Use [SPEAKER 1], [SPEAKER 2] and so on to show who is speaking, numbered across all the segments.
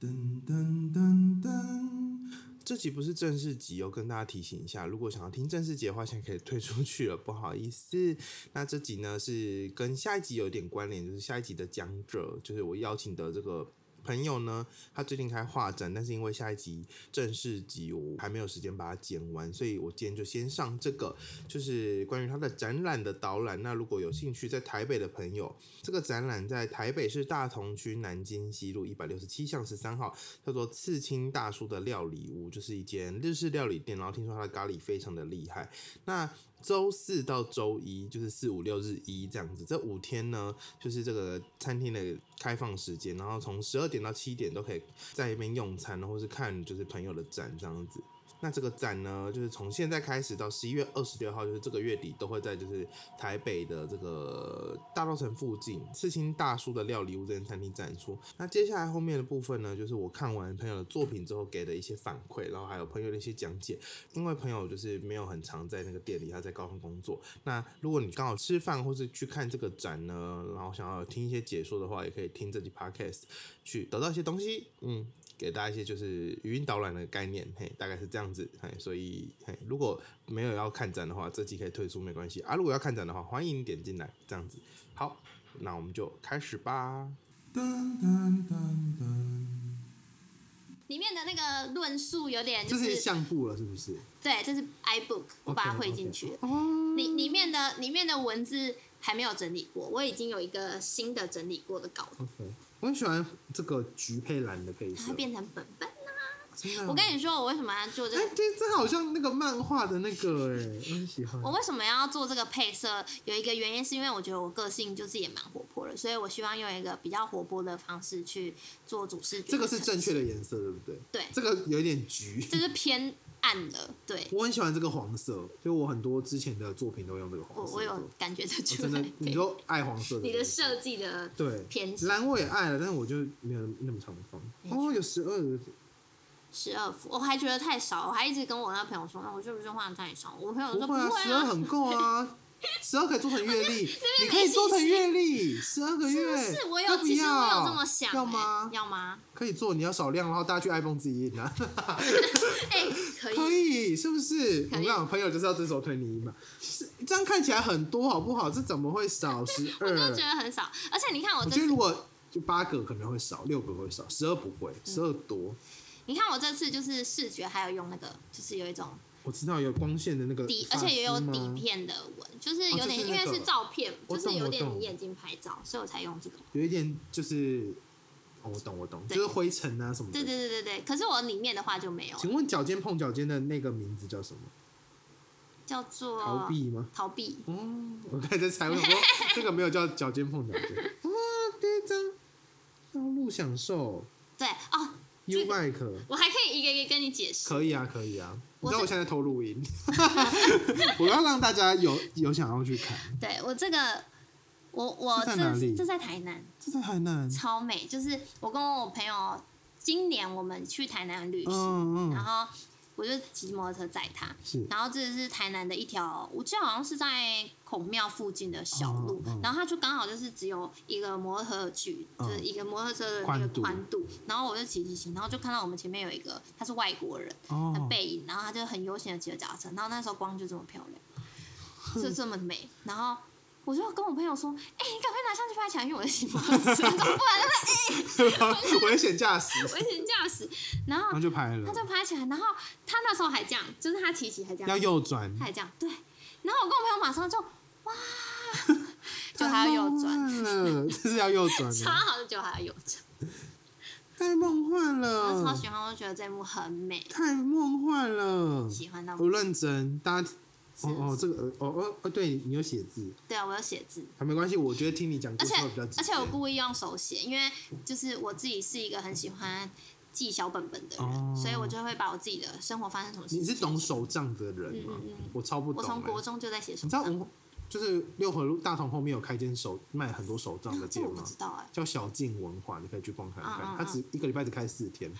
[SPEAKER 1] 噔噔噔噔，这集不是正式集哦，跟大家提醒一下，如果想要听正式集的话，现在可以退出去了，不好意思。那这集呢是跟下一集有点关联，就是下一集的讲者，就是我邀请的这个朋友呢，他最近开画展，但是因为下一集正式集我还没有时间把它剪完，所以我今天就先上这个，就是关于他的展览的导览。那如果有兴趣在台北的朋友，这个展览在台北市大同区南京西路一百六十七巷十三号，叫做“刺青大叔的料理屋”，就是一间日式料理店。然后听说他的咖喱非常的厉害。那周四到周一就是四五六日一这样子，这五天呢就是这个餐厅的开放时间，然后从十二点到七点都可以在一边用餐，或是看就是朋友的展这样子。那这个展呢，就是从现在开始到十一月二十六号，就是这个月底都会在就是台北的这个大稻城附近刺青大叔的料理屋这间餐厅展出。那接下来后面的部分呢，就是我看完朋友的作品之后给的一些反馈，然后还有朋友的一些讲解。因为朋友就是没有很常在那个店里，他在高雄工作。那如果你刚好吃饭或是去看这个展呢，然后想要听一些解说的话，也可以听这集 podcast 去得到一些东西。嗯，给大家一些就是语音导览的概念，嘿，大概是这样子，嘿，所以嘿，如果没有要看展的话，这集可以退出没关系啊。如果要看展的话，欢迎点进来，这样子。好，那我们就开始吧。噔噔噔噔，
[SPEAKER 2] 里面的那个论述有点
[SPEAKER 3] 这
[SPEAKER 2] 就是是
[SPEAKER 3] 相簿了，是不是？
[SPEAKER 2] 对，这是 iBook，我把它汇进去了。
[SPEAKER 3] 哦
[SPEAKER 2] 里里面的里面的文字还没有整理过，我已经有一个新的整理过的稿子，
[SPEAKER 3] OK，我很喜欢这个橘配蓝的配色
[SPEAKER 2] 它，变成本本啦。
[SPEAKER 3] 真的啊。
[SPEAKER 2] 我跟你说，我为什么要做这
[SPEAKER 3] 哎
[SPEAKER 2] 个？，
[SPEAKER 3] 这这好像那个漫画的那个哎，我很喜欢。
[SPEAKER 2] 我为什么要做这个配色？有一个原因是因为我觉得我个性就是也蛮活泼的，所以我希望用一个比较活泼的方式去做主视觉。
[SPEAKER 3] 这个是正确，的颜色，对不对？
[SPEAKER 2] 对
[SPEAKER 3] 这个有一点橘。
[SPEAKER 2] 这是偏暗的。对
[SPEAKER 3] 我很喜欢这个黄色，就我很多之前的作品都用这个
[SPEAKER 2] 我，
[SPEAKER 3] 黄色。
[SPEAKER 2] 我有
[SPEAKER 3] 我
[SPEAKER 2] 感觉得出
[SPEAKER 3] 哦真
[SPEAKER 2] 来
[SPEAKER 3] 的，，你都爱黄色的。
[SPEAKER 2] 你的设计的
[SPEAKER 3] 对
[SPEAKER 2] 偏向
[SPEAKER 3] 蓝我也爱了，但是我就没有那么常放。哦，有十二个，
[SPEAKER 2] 十二幅，我还觉得太少，我还一直跟我那朋友说，那我是不是画的太少？我朋友说
[SPEAKER 3] 不会啊，十二
[SPEAKER 2] 啊，
[SPEAKER 3] 很够 啊，十二可以做成月历，
[SPEAKER 2] 边
[SPEAKER 3] 你可
[SPEAKER 2] 没
[SPEAKER 3] 以
[SPEAKER 2] 信
[SPEAKER 3] 做成
[SPEAKER 2] 心
[SPEAKER 3] 月历，十二个月，
[SPEAKER 2] 是我
[SPEAKER 3] 要
[SPEAKER 2] 有，
[SPEAKER 3] 不
[SPEAKER 2] 其实我
[SPEAKER 3] 要
[SPEAKER 2] 有这么想、欸，
[SPEAKER 3] 要吗？
[SPEAKER 2] 要吗？
[SPEAKER 3] 可以做，你要少量，然后大家去 iPhone 自己印啊，
[SPEAKER 2] 哎、可以，
[SPEAKER 3] 可以，是不是？
[SPEAKER 2] 可以
[SPEAKER 3] 我跟你讲，朋友就是要遵守推你嘛，是这样看起来很多，好不好？这怎么会少十
[SPEAKER 2] 我就
[SPEAKER 3] 二
[SPEAKER 2] 觉？得很少，而且你看我
[SPEAKER 3] 我
[SPEAKER 2] 这
[SPEAKER 3] 觉得
[SPEAKER 2] 次
[SPEAKER 3] 如，果就八个可能会少，六个会少，十二不
[SPEAKER 2] 嗯
[SPEAKER 3] 会，十二多。
[SPEAKER 2] 你看我这次就是视觉还有用那个，就是有一种
[SPEAKER 3] 我知道有光线的那个
[SPEAKER 2] 底，
[SPEAKER 3] 呃发
[SPEAKER 2] 而且也有
[SPEAKER 3] 丝吗
[SPEAKER 2] 底，片的纹，就是有
[SPEAKER 3] 哦就
[SPEAKER 2] 点、
[SPEAKER 3] 是那
[SPEAKER 2] 因为
[SPEAKER 3] 个
[SPEAKER 2] 是照片，
[SPEAKER 3] 我
[SPEAKER 2] 就是
[SPEAKER 3] 懂
[SPEAKER 2] 有
[SPEAKER 3] 我
[SPEAKER 2] 点
[SPEAKER 3] 懂
[SPEAKER 2] 你眼睛拍照，所以我才用这个。
[SPEAKER 3] 有一点就是，哦，我懂我懂，
[SPEAKER 2] 对
[SPEAKER 3] 就是灰尘啊什么的。
[SPEAKER 2] 对对对对对，可是我里面的话就没有了，
[SPEAKER 3] 请问脚尖碰脚尖的那个名字叫什么？
[SPEAKER 2] 叫做
[SPEAKER 3] 逃避吗？
[SPEAKER 2] 逃避，
[SPEAKER 3] 哦，我刚才在猜，我想说这个没有叫脚尖碰脚尖。啊，第一张道路享受
[SPEAKER 2] 对哦，
[SPEAKER 3] U
[SPEAKER 2] 这个
[SPEAKER 3] bike
[SPEAKER 2] 我还可以一个一个跟你解释。
[SPEAKER 3] 可以啊，可以啊。你知道
[SPEAKER 2] 我
[SPEAKER 3] 我现在偷录音，我要让大家有有想要去看。
[SPEAKER 2] 对我这个，我我
[SPEAKER 3] 这在哪里
[SPEAKER 2] 这在台南，
[SPEAKER 3] 这在海南，
[SPEAKER 2] 超美。就是我跟我朋友，今年我们去台南旅行，
[SPEAKER 3] 嗯
[SPEAKER 2] 然
[SPEAKER 3] 嗯，
[SPEAKER 2] 后我就骑摩托车载他，
[SPEAKER 3] 是
[SPEAKER 2] 然后这是台南的一条，我记得好像是在孔庙附近的小路，
[SPEAKER 3] 嗯嗯
[SPEAKER 2] 然后它就刚好就是只有一个摩托车的距，
[SPEAKER 3] 嗯
[SPEAKER 2] 就是一个摩托车的那个
[SPEAKER 3] 宽度
[SPEAKER 2] 宽度，然后我就骑骑骑，然后就看到我们前面有一个他是外国人，他
[SPEAKER 3] 哦，
[SPEAKER 2] 背影，然后他就很悠闲的骑着脚踏车，然后那时候光就这么漂亮，就这么美，然后。我就跟我朋友说：“哎、你赶快拿相机拍起来，因为我在骑摩托车，不 然
[SPEAKER 3] 危险驾驶，
[SPEAKER 2] 就危险驾驶。”然后
[SPEAKER 3] 然后就拍了
[SPEAKER 2] 他，就拍起来，然后他那时候还这样，就是他骑骑还这样，
[SPEAKER 3] 要右转，
[SPEAKER 2] 他也这样，对。然后我跟我朋友马上就哇， 就还要右转，
[SPEAKER 3] 太梦幻了，这是要右转
[SPEAKER 2] 超
[SPEAKER 3] 的，
[SPEAKER 2] 好的就还要右转。
[SPEAKER 3] 太梦幻
[SPEAKER 2] 我超
[SPEAKER 3] 了，
[SPEAKER 2] 喜欢，我觉得这一幕很美，
[SPEAKER 3] 太梦幻了。
[SPEAKER 2] 喜欢到
[SPEAKER 3] 不认真，大家
[SPEAKER 2] 是
[SPEAKER 3] 哦哦，这个呃哦哦哦，对你有写字，
[SPEAKER 2] 对啊，我有写字，
[SPEAKER 3] 还没关系，我觉得听你讲故
[SPEAKER 2] 而
[SPEAKER 3] 事
[SPEAKER 2] 且
[SPEAKER 3] 会比较直接
[SPEAKER 2] 而且我故意用手写，因为就是我自己是一个很喜欢记小本本的人，
[SPEAKER 3] 哦
[SPEAKER 2] 所以我就会把我自己的生活发生什么事
[SPEAKER 3] 你
[SPEAKER 2] 情。
[SPEAKER 3] 是懂手账的人吗？
[SPEAKER 2] 嗯嗯嗯
[SPEAKER 3] 我超不
[SPEAKER 2] 我
[SPEAKER 3] 懂、
[SPEAKER 2] 从国
[SPEAKER 3] 欸。
[SPEAKER 2] 中就在写手
[SPEAKER 3] 你知道
[SPEAKER 2] 账，
[SPEAKER 3] 我就是六合路大同后面有开间手卖很多手账的
[SPEAKER 2] 这
[SPEAKER 3] 店
[SPEAKER 2] 我不
[SPEAKER 3] 吗？
[SPEAKER 2] 知道哎、
[SPEAKER 3] 叫小静文化，你可以去逛看看。
[SPEAKER 2] 嗯嗯嗯
[SPEAKER 3] 它只一个礼拜只开 四天，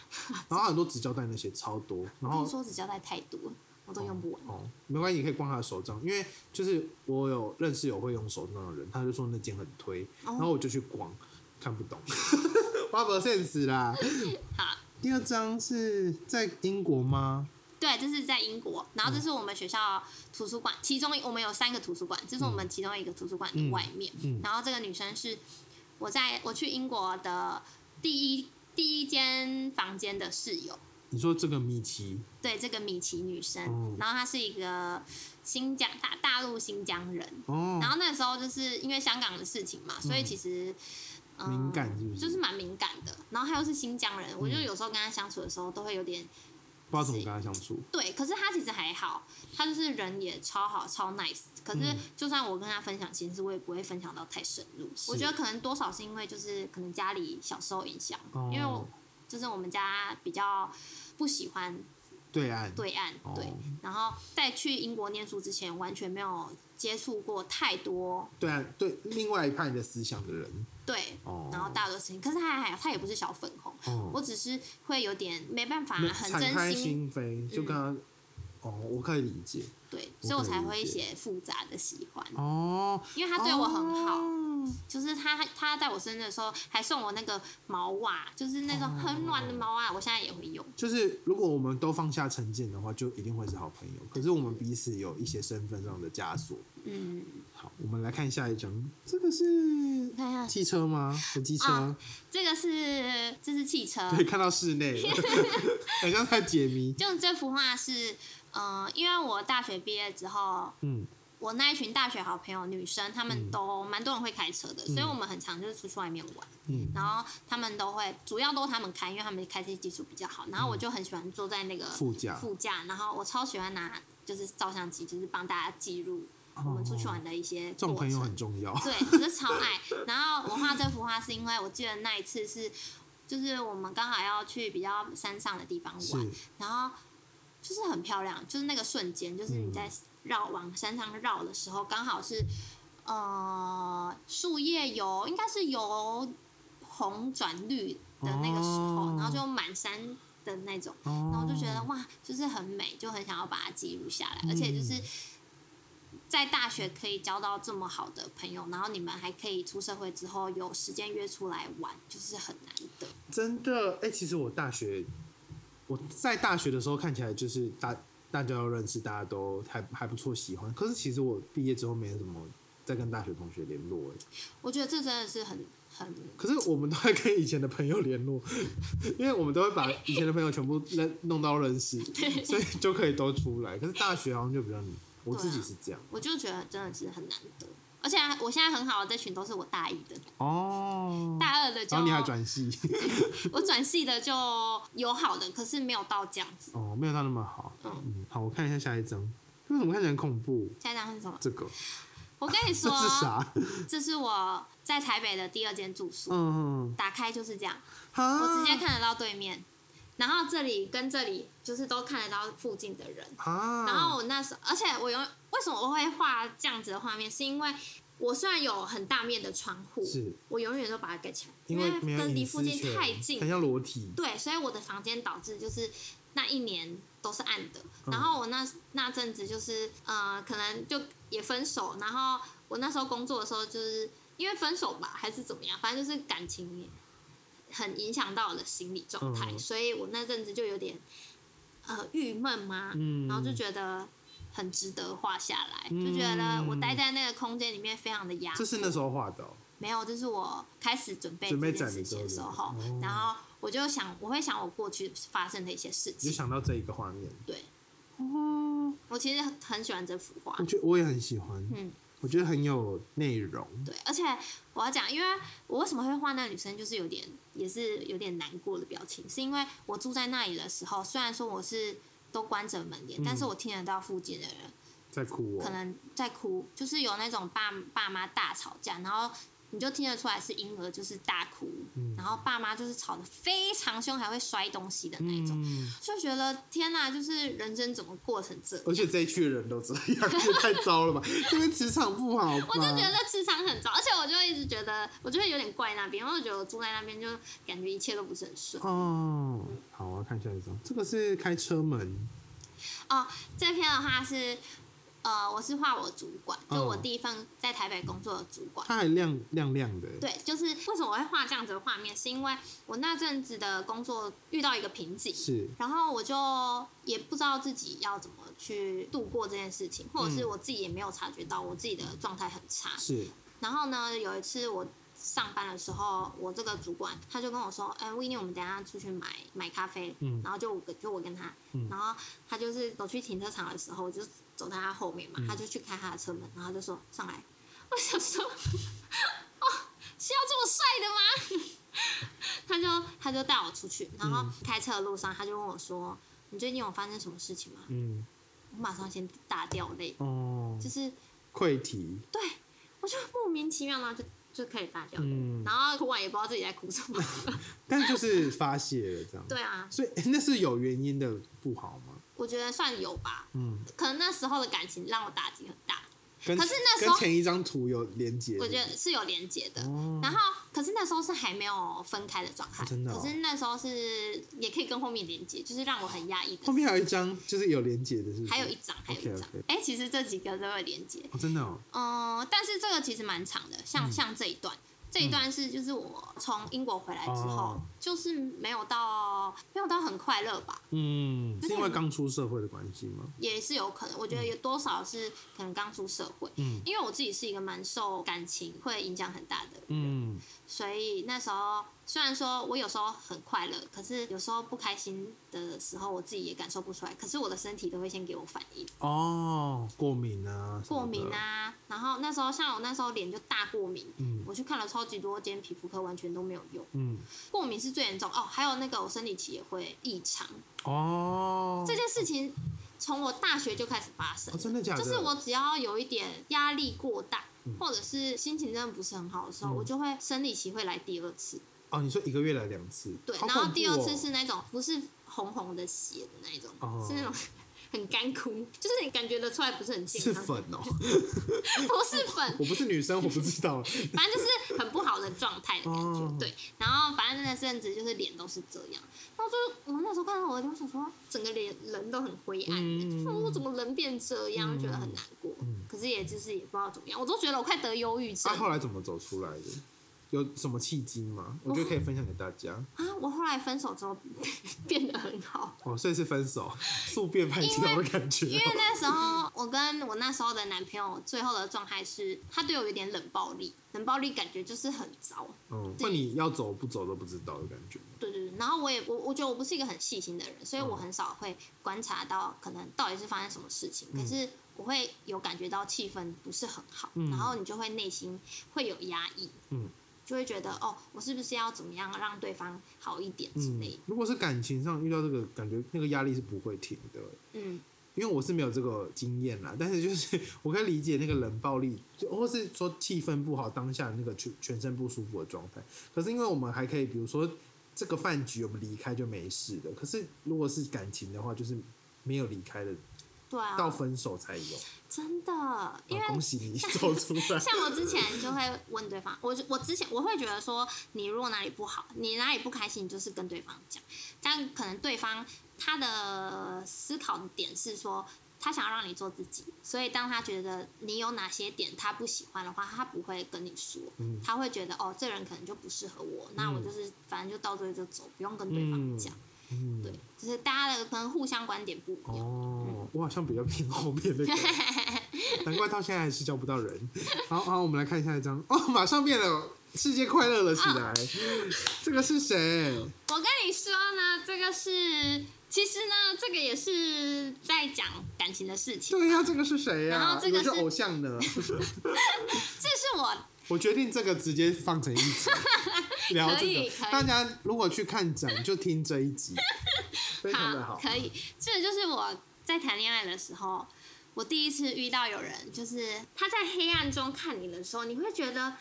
[SPEAKER 3] 然后很多纸胶带那些超多，然
[SPEAKER 2] 我跟
[SPEAKER 3] 后
[SPEAKER 2] 你说，纸胶带太多了，我都用不完。
[SPEAKER 3] 哦，没关系，你可以逛他的手账，因为就是我有认
[SPEAKER 2] 哦
[SPEAKER 3] 识有会用手账的人，他就说那间很推，然后我就去逛，看不懂， 八 sense 啦。
[SPEAKER 2] 好，
[SPEAKER 3] 第二章是在英国吗？
[SPEAKER 2] 对，这是在英国，然后
[SPEAKER 3] 嗯
[SPEAKER 2] 这是我们学校图书馆，其中我们有三个图书馆，这是我们其中一个图书馆的外面。
[SPEAKER 3] 嗯嗯嗯
[SPEAKER 2] 然后这个女生是我在我去英国的第一第一间房间的室友，
[SPEAKER 3] 你说这个米奇，
[SPEAKER 2] 对，这个米奇女生，
[SPEAKER 3] 哦
[SPEAKER 2] 然后她是一个新疆大大陆新疆人，
[SPEAKER 3] 哦
[SPEAKER 2] 然，后那时候就是因为香港的事情嘛，所以其实、嗯
[SPEAKER 3] 敏感是不嗯是
[SPEAKER 2] 就是蛮敏感的。然后他又是新疆人，我就有时候跟他相处的时候都会有点
[SPEAKER 3] 不知道怎么跟他相处。
[SPEAKER 2] 对，可是他其实还好，他就是人也超好超 nice。可
[SPEAKER 3] 嗯
[SPEAKER 2] 是就算我跟他分享心事，我也不会分享到太深入。我觉得可能多少是因为就是可能家里小时候影响，因为我
[SPEAKER 3] 哦
[SPEAKER 2] 就是我们家比较不喜欢
[SPEAKER 3] 对岸，
[SPEAKER 2] 对岸，对，
[SPEAKER 3] 哦
[SPEAKER 2] 然后在去英国念书之前，完全没有接触过太多
[SPEAKER 3] 对岸，对另外一派的思想的人。
[SPEAKER 2] 对，
[SPEAKER 3] 哦
[SPEAKER 2] 然后大多事情。可是他还好，他也不是小粉红，
[SPEAKER 3] 哦
[SPEAKER 2] 我只是会有点没办法，
[SPEAKER 3] 没
[SPEAKER 2] 啊很
[SPEAKER 3] 敞开
[SPEAKER 2] 真
[SPEAKER 3] 心扉，就跟他。哦，我可以理解。
[SPEAKER 2] 对，
[SPEAKER 3] 我
[SPEAKER 2] 所以我
[SPEAKER 3] 可以
[SPEAKER 2] 才
[SPEAKER 3] 理
[SPEAKER 2] 会
[SPEAKER 3] 解
[SPEAKER 2] 写复杂的喜欢，
[SPEAKER 3] 哦，
[SPEAKER 2] 因嗯为他对我很好。
[SPEAKER 3] 哦
[SPEAKER 2] 就是他，他在我生日的时候还送我那个毛袜，就是那种很暖的毛袜，我现在也会用。
[SPEAKER 3] 就是如果我们都放下成见的话，就一定会是好朋友。可是我们彼此有一些身份上的枷锁。
[SPEAKER 2] 嗯，
[SPEAKER 3] 好，我们来看下一章，这个是
[SPEAKER 2] 看一下，
[SPEAKER 3] 汽车吗？有机车？
[SPEAKER 2] 啊这个是这是汽车，
[SPEAKER 3] 对，看到室内了， 很像在解谜。
[SPEAKER 2] 就这幅画是，嗯、因为我大学毕业之后，
[SPEAKER 3] 嗯，
[SPEAKER 2] 我那一群大学好朋友女生，她们都蛮多人会开车的，所以我们很常就是出去外面玩，
[SPEAKER 3] 嗯，
[SPEAKER 2] 然后她们都会，主要都是她们开，因为她们开车技术比较好，然后我就很喜欢坐在那个
[SPEAKER 3] 嗯副驾
[SPEAKER 2] 副驾，然后我超喜欢拿就是照相机，就是帮大家记录我们出去玩的一些
[SPEAKER 3] 哦这种
[SPEAKER 2] 过
[SPEAKER 3] 朋友
[SPEAKER 2] 程。
[SPEAKER 3] 很重要。
[SPEAKER 2] 对，我是超爱。然后我画这幅画是因为我记得那一次是，就是我们刚好要去比较山上的地方玩
[SPEAKER 3] 是，
[SPEAKER 2] 然后就是很漂亮，就是那个瞬间，就是你在绕往山上绕的时候，刚好是呃树叶由应该是由红转绿的那个时候，
[SPEAKER 3] 哦
[SPEAKER 2] 然后就满山的那种。
[SPEAKER 3] 然
[SPEAKER 2] 然后我就觉得哇，就是很美，就很想要把它记录下来，而且就是在大学可以交到这么好的朋友，然后你们还可以出社会之后有时间约出来玩，就是很难得。
[SPEAKER 3] 真的，哎、其实我大学我在大学的时候看起来就是大大家都认识，大家都还还不错，喜欢。可是其实我毕业之后没有什么再跟大学同学联络、哎。
[SPEAKER 2] 我觉得这真的是很很
[SPEAKER 3] 可是我们都还跟以前的朋友联络， 因为我们都会把以前的朋友全部认弄到认识，所以就可以都出来。可是大学好像就比较，我自己是这样。
[SPEAKER 2] 我就觉得真的是很难得。而且我现在很好的这群都是我大一的，
[SPEAKER 3] 哦，
[SPEAKER 2] 啊大二的就
[SPEAKER 3] 然后你还转系，
[SPEAKER 2] 我转系的就有好的，可是没有到这样子。
[SPEAKER 3] 哦，没有他那么好。
[SPEAKER 2] 嗯
[SPEAKER 3] 嗯，好，我看一下下一张，这个怎么看起来很恐怖？
[SPEAKER 2] 下一张是什么？
[SPEAKER 3] 这个
[SPEAKER 2] 我跟 你
[SPEAKER 3] 这
[SPEAKER 2] 说，
[SPEAKER 3] 是啥？
[SPEAKER 2] 这是我在台北的第二间住宿，
[SPEAKER 3] 嗯，
[SPEAKER 2] 打开就是这样。
[SPEAKER 3] 哈，
[SPEAKER 2] 我直接看得到对面，然后这里跟这里就是都看得到附近的人。
[SPEAKER 3] 啊，
[SPEAKER 2] 然后我那时候，而且我有为什么我会画这样子的画面，是因为我虽然有很大面的窗户，
[SPEAKER 3] 是
[SPEAKER 2] 我永远都把它盖起来，
[SPEAKER 3] 因
[SPEAKER 2] 为
[SPEAKER 3] 没有
[SPEAKER 2] 跟离
[SPEAKER 3] 隐私
[SPEAKER 2] 附近
[SPEAKER 3] 权
[SPEAKER 2] 太近
[SPEAKER 3] 很，像裸体。
[SPEAKER 2] 对，所以我的房间导致就是那一年都是暗的。
[SPEAKER 3] 嗯
[SPEAKER 2] 然后我那那阵子就是呃，可能就也分手，然后我那时候工作的时候，就是因为分手吧，还是怎么样，反正就是感情很影响到我的心理状态，
[SPEAKER 3] 嗯
[SPEAKER 2] 所以我那阵子就有点呃郁闷嘛，
[SPEAKER 3] 嗯
[SPEAKER 2] 然后就觉得。很值得画下来，就觉得我待在那个空间里面非常的压
[SPEAKER 3] 嗯这是那时候画的哦，
[SPEAKER 2] 没有，就是我开始准备
[SPEAKER 3] 准备
[SPEAKER 2] 这件
[SPEAKER 3] 展
[SPEAKER 2] 事
[SPEAKER 3] 的
[SPEAKER 2] 情的时
[SPEAKER 3] 时候哦
[SPEAKER 2] 候，然后我就想，我会想我过去发生的一些事
[SPEAKER 3] 你就
[SPEAKER 2] 情。
[SPEAKER 3] 想到这一个画面。
[SPEAKER 2] 对，
[SPEAKER 3] 哦，
[SPEAKER 2] 我其实很很喜欢这幅画
[SPEAKER 3] 我，觉得我也很喜欢，
[SPEAKER 2] 嗯，
[SPEAKER 3] 我觉得很有内容。
[SPEAKER 2] 对，而且我要讲，因为我为什么会画那个女生，就是有点也是有点难过的表情，是因为我住在那里的时候，虽然说我是都关着门帘，
[SPEAKER 3] 嗯
[SPEAKER 2] 但是我听得到附近的人
[SPEAKER 3] 在哭
[SPEAKER 2] 可
[SPEAKER 3] 哦，
[SPEAKER 2] 能在哭，就是有那种爸爸妈大吵架，然后你就听得出来是婴儿就是大哭，
[SPEAKER 3] 嗯
[SPEAKER 2] 然后爸妈就是吵得非常凶，还会摔东西的那一种，
[SPEAKER 3] 嗯，
[SPEAKER 2] 就觉得天哪，就是人生怎么过成这样？
[SPEAKER 3] 而且这一区的人都 这样，也太糟了吧？这边磁场不好吧？
[SPEAKER 2] 我就觉得智商很糟，而且我就一直觉得，我就会有点怪那边，因为我觉得我住在那边就感觉一切都不是很顺。
[SPEAKER 3] 哦，好，我要看下一张，这个是开车门，
[SPEAKER 2] 哦，这篇的话是呃，我是画我主管，
[SPEAKER 3] 嗯
[SPEAKER 2] 就我第一份在台北工作的主管。
[SPEAKER 3] 它还亮亮亮的、欸，
[SPEAKER 2] 对，就是为什么我会画这样子的画面，是因为我那阵子的工作遇到一个瓶颈，
[SPEAKER 3] 是
[SPEAKER 2] 然后我就也不知道自己要怎么去度过这件事情，或者是我自己也没有察觉到我自己的状态很差。
[SPEAKER 3] 是，
[SPEAKER 2] 然后呢，有一次我上班的时候，我这个主管他就跟我说：“哎，维尼，我们等一下出去买买咖啡。”
[SPEAKER 3] 嗯
[SPEAKER 2] 然后就我跟就我跟他，
[SPEAKER 3] 嗯
[SPEAKER 2] 然后他就是走去停车场的时候，我就走在他后
[SPEAKER 3] 嗯
[SPEAKER 2] 面嘛，他就去开他的车门，然后他就说：“上来。” 我想说，哦，是要这么帅的吗？ 他就他就带我出去，然后开车的路上，他就问我说：“你最近有发生什么事情吗
[SPEAKER 3] 嗯，？”
[SPEAKER 2] 我马上先大掉泪，
[SPEAKER 3] 哦，
[SPEAKER 2] 就是
[SPEAKER 3] 溃体，
[SPEAKER 2] 对，我就莫名其妙，然后就就可以大掉，
[SPEAKER 3] 嗯
[SPEAKER 2] 然后哭完也不知道自己在哭什么。
[SPEAKER 3] 但就是发泄了这样，
[SPEAKER 2] 对啊，
[SPEAKER 3] 所以、欸那是有原因的不好吗？
[SPEAKER 2] 我觉得算有吧，
[SPEAKER 3] 嗯，
[SPEAKER 2] 可能那时候的感情让我打击很大，
[SPEAKER 3] 跟
[SPEAKER 2] 可是那时
[SPEAKER 3] 跟
[SPEAKER 2] 候
[SPEAKER 3] 前一张图有连接，
[SPEAKER 2] 我觉得是有连结的。
[SPEAKER 3] 哦
[SPEAKER 2] 然后，可是那时候是还没有分开的状态，
[SPEAKER 3] 哦真的哦
[SPEAKER 2] 可是那时候是也可以跟后面连接，就是让我很压抑的
[SPEAKER 3] 后。面还有一张就是有连接的是不是，
[SPEAKER 2] 还有一张，还有一张
[SPEAKER 3] OK，OK，
[SPEAKER 2] 哎、其实这几个都有连接，
[SPEAKER 3] 哦，真的哦，
[SPEAKER 2] 嗯，但是这个其实蛮长的，像、
[SPEAKER 3] 嗯
[SPEAKER 2] 像这一段，这一段是就是我从英国回来之后，
[SPEAKER 3] 哦
[SPEAKER 2] 就是没有到没有到很快乐吧，
[SPEAKER 3] 嗯，
[SPEAKER 2] 有点
[SPEAKER 3] 是因为刚出社会的关系吗？
[SPEAKER 2] 也是有可能。我觉得有多少是可能刚出社会，
[SPEAKER 3] 嗯
[SPEAKER 2] 因为我自己是一个蛮受感情会影响很大的人，
[SPEAKER 3] 嗯，
[SPEAKER 2] 所以那时候虽然说我有时候很快乐，可是有时候不开心的时候，我自己也感受不出来，可是我的身体都会先给我反应，
[SPEAKER 3] 哦，过敏啊，
[SPEAKER 2] 过敏，啊，然后那时候像我那时候脸就大过敏，
[SPEAKER 3] 嗯
[SPEAKER 2] 我去看了超级多间皮肤科，完全都没有用。
[SPEAKER 3] 嗯，
[SPEAKER 2] 过敏是最严重哦，还有那个我生理期也会异常，
[SPEAKER 3] 哦，
[SPEAKER 2] 这件事情从我大学就开始发生了、
[SPEAKER 3] 哦真的假的嗯
[SPEAKER 2] 就是我只要有一点压力过大，或者是心情真的不是很好的时候，我就会生理期会来第二次，
[SPEAKER 3] 哦，你说一个月来两次，
[SPEAKER 2] 对，
[SPEAKER 3] 好
[SPEAKER 2] 然后
[SPEAKER 3] 恐怖
[SPEAKER 2] 第二次
[SPEAKER 3] 哦
[SPEAKER 2] 是那种不是红红的血的那种，
[SPEAKER 3] 哦
[SPEAKER 2] 是那种 很干枯，就是你感觉得出来不是很
[SPEAKER 3] 是
[SPEAKER 2] 健康，
[SPEAKER 3] 粉哦，
[SPEAKER 2] 不是粉，
[SPEAKER 3] 我不是女生，我不 知道，
[SPEAKER 2] 反正就是很不好的状态的感觉。
[SPEAKER 3] 哦
[SPEAKER 2] 对，然后反正那阵子就是脸都是这样，然后就我那时候看到我的脸，我想说整个脸人都很灰暗，
[SPEAKER 3] 嗯
[SPEAKER 2] 就是我怎么人变这样，觉得很难过。可是也就是也不知道怎么样，我都觉得我快得忧郁症
[SPEAKER 3] 他、啊后来怎么走出来的？有什么契机吗？
[SPEAKER 2] 哦
[SPEAKER 3] 我觉得可以分享给大家。
[SPEAKER 2] 啊！我后来分手之后 变得很 好，
[SPEAKER 3] 哦，所以是分手，速变派系统的感觉
[SPEAKER 2] 因为那时候我跟我那时候的男朋友最后的状态是，他对我有点冷暴力，冷暴力感觉就是很糟。
[SPEAKER 3] 哦。嗯，那你要走不走都不知道的感觉。
[SPEAKER 2] 对对，对然后我也我我觉得我不是一个很细心的人，所以我
[SPEAKER 3] 嗯
[SPEAKER 2] 很少会观察到可能到底是发生什么事情，
[SPEAKER 3] 嗯
[SPEAKER 2] 可是我会有感觉到气氛不是很好，然后你就会内心会有压抑，
[SPEAKER 3] 嗯，
[SPEAKER 2] 就会觉得哦，我是不是要怎么样让对方好一点之类的，，
[SPEAKER 3] 嗯如果是感情上遇到这个，感觉那个压力是不会停的。
[SPEAKER 2] 嗯
[SPEAKER 3] 因为我是没有这个经验啦，但是就是 我可以理解那个冷暴力，就或是说气氛不好，当下那个全全身不舒服的状态。可是因为我们还可以，比如说这个饭局我们离开就没事的，可是如果是感情的话，就是没有离开的，
[SPEAKER 2] 对
[SPEAKER 3] 到
[SPEAKER 2] 啊，
[SPEAKER 3] 分手才有。
[SPEAKER 2] 真的，因为
[SPEAKER 3] 啊恭喜你 走出来。
[SPEAKER 2] 像我之前就会问对方，我就我之前我会觉得说，你如果哪里不好，你哪里不开心，你就是跟对方讲。但可能对方他的思考的点是说，他想要让你做自己，所以当他觉得你有哪些点他不喜欢的话，他不会跟你说，
[SPEAKER 3] 嗯
[SPEAKER 2] 他会觉得哦，这人可能就不适合我，那我就是、反正就到这里就走，不用跟对方讲。
[SPEAKER 3] 嗯
[SPEAKER 2] 对，就是大家的可能互相观点不一样。
[SPEAKER 3] 哦，我好像比较偏后面那个，难怪到现在还是交不到人。好好，我们来看下一张。哦，马上变得世界快乐了起来。这个是谁？
[SPEAKER 2] 我跟你说呢，这个是，其实呢，这个也是在讲感情的事情。
[SPEAKER 3] 对呀、这个是谁呀、
[SPEAKER 2] 然后这个
[SPEAKER 3] 以为是
[SPEAKER 2] 是
[SPEAKER 3] 偶像呢。
[SPEAKER 2] 这是我
[SPEAKER 3] 我决定这个直接放成 一集聊
[SPEAKER 2] 可
[SPEAKER 3] 这
[SPEAKER 2] 以
[SPEAKER 3] 个
[SPEAKER 2] 可。以
[SPEAKER 3] 大家如果去看展，就听这一 集，非常的好。
[SPEAKER 2] 可以。这就是我在谈恋爱的时候，我第一次遇到有人，就是他在黑暗中看你的时候，你会觉得